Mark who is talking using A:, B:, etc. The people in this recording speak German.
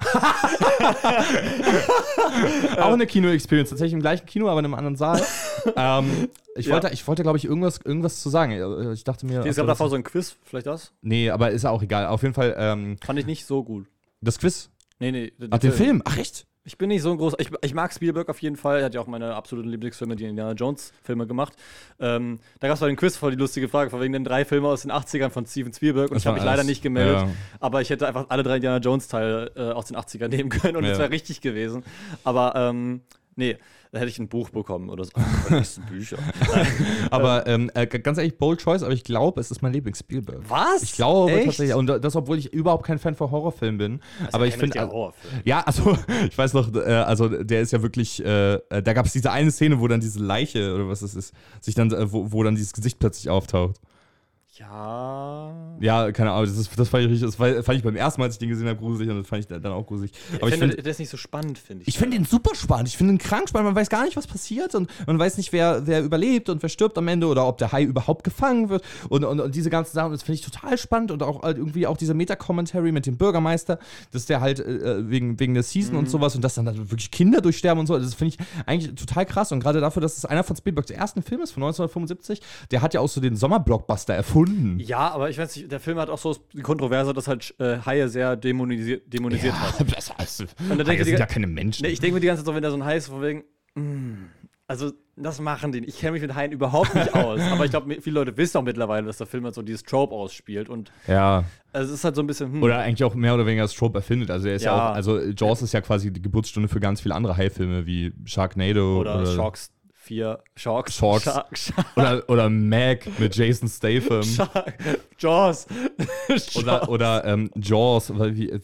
A: weiße Hai.
B: Auch eine Kino-Experience. Tatsächlich im gleichen Kino, aber in einem anderen Saal. ähm, ich,
C: Ja.
B: wollte, ich wollte, glaube ich, irgendwas, irgendwas zu sagen. Also, Ich dachte mir.
C: Es
B: ach so,
C: gab
B: das-
C: davor so ein Quiz, vielleicht das?
B: Nee, aber ist ja auch egal. Auf jeden Fall ähm,
C: Fand ich nicht so gut.
B: das Quiz.
C: Nee, nee.
B: Ach, den Film. Ach, echt?
C: Ich bin nicht so ein großer. Ich, ich mag Spielberg auf jeden Fall. Er hat ja auch meine absoluten Lieblingsfilme, die Indiana Jones-Filme gemacht. Ähm, da gab es bei dem Quiz voll die lustige Frage, von wegen den drei Filme aus den 80ern von Steven Spielberg. Und
B: Das
C: ich habe
B: war
C: mich
B: alles-
C: leider nicht gemeldet.
B: ja.
C: Aber ich hätte einfach alle drei Indiana Jones-Teile äh, aus den 80ern nehmen können und es
B: Ja.
C: wäre richtig gewesen. Aber ähm, nee, da hätte ich ein Buch bekommen oder so. Das sind Bücher.
B: Aber ähm, äh, g- ganz ehrlich, Bold Choice, aber ich glaube, es ist mein Lieblings-Spielberg.
C: Was?
B: Ich glaube
C: Echt?
B: tatsächlich, und das, obwohl ich überhaupt kein Fan von Horrorfilmen bin. aber ich finde,
C: Horrorfilm.
B: Ja, also ich weiß noch, äh, also der ist ja wirklich, äh, äh, da gab es diese eine Szene, wo dann diese Leiche oder was das ist, sich dann, äh, wo, wo dann dieses Gesicht plötzlich auftaucht.
C: Ja.
B: Ja, keine Ahnung, das, ist, das, fand, ich, richtig- das war- fand ich beim ersten Mal, als ich den gesehen habe, gruselig und das fand ich dann auch gruselig. Aber
C: ich
B: ich
C: finde,
B: finde,
C: der ist nicht so spannend, finde ich.
B: ich finde den super spannend, ich finde den krank spannend, man weiß gar nicht, was passiert und man weiß nicht, wer, wer überlebt und wer stirbt am Ende oder ob der Hai überhaupt gefangen wird und, und, und diese ganzen Sachen, das finde ich total spannend und auch halt irgendwie auch dieser Meta-Commentary mit dem Bürgermeister, dass der halt äh, wegen, wegen der Season
C: Mhm.
B: und sowas und dass dann, dann wirklich Kinder durchsterben und so, also das finde ich eigentlich total krass und gerade dafür, dass es einer von Spielbergs ersten Film ist von 1975, der hat ja auch so den Sommerblockbuster erfunden.
C: Ja, aber ich weiß nicht, der Film hat auch so die Kontroverse, dass halt äh, Haie sehr dämonisiert, dämonisiert hat.
B: das heißt,
C: Und dann denke ich,
B: sind ja keine Menschen.
C: Nee, Ne, ich denke mir die ganze Zeit so, wenn da so ein Hai ist, von wegen, mm, also das machen die. nicht. Ich kenne mich mit Haien überhaupt nicht aus. aber ich glaube, mi- viele Leute wissen auch mittlerweile, dass der Film halt so dieses Trope ausspielt. Und
B: ja.
C: also, es ist halt so ein bisschen, hm,
B: Oder eigentlich auch mehr oder weniger das Trope erfindet. Also er ist ja,
C: Ja.
B: auch, also Jaws ist ja quasi die Geburtsstunde für ganz viele andere Hai-Filme wie Sharknado
C: oder, Sharks 4, Sharks,
B: Sharks.
C: Shark, Shark,
B: oder, oder Meg mit Jason Statham
C: Shark, Jaws.
B: oder, oder ähm, Jaws, weil wie,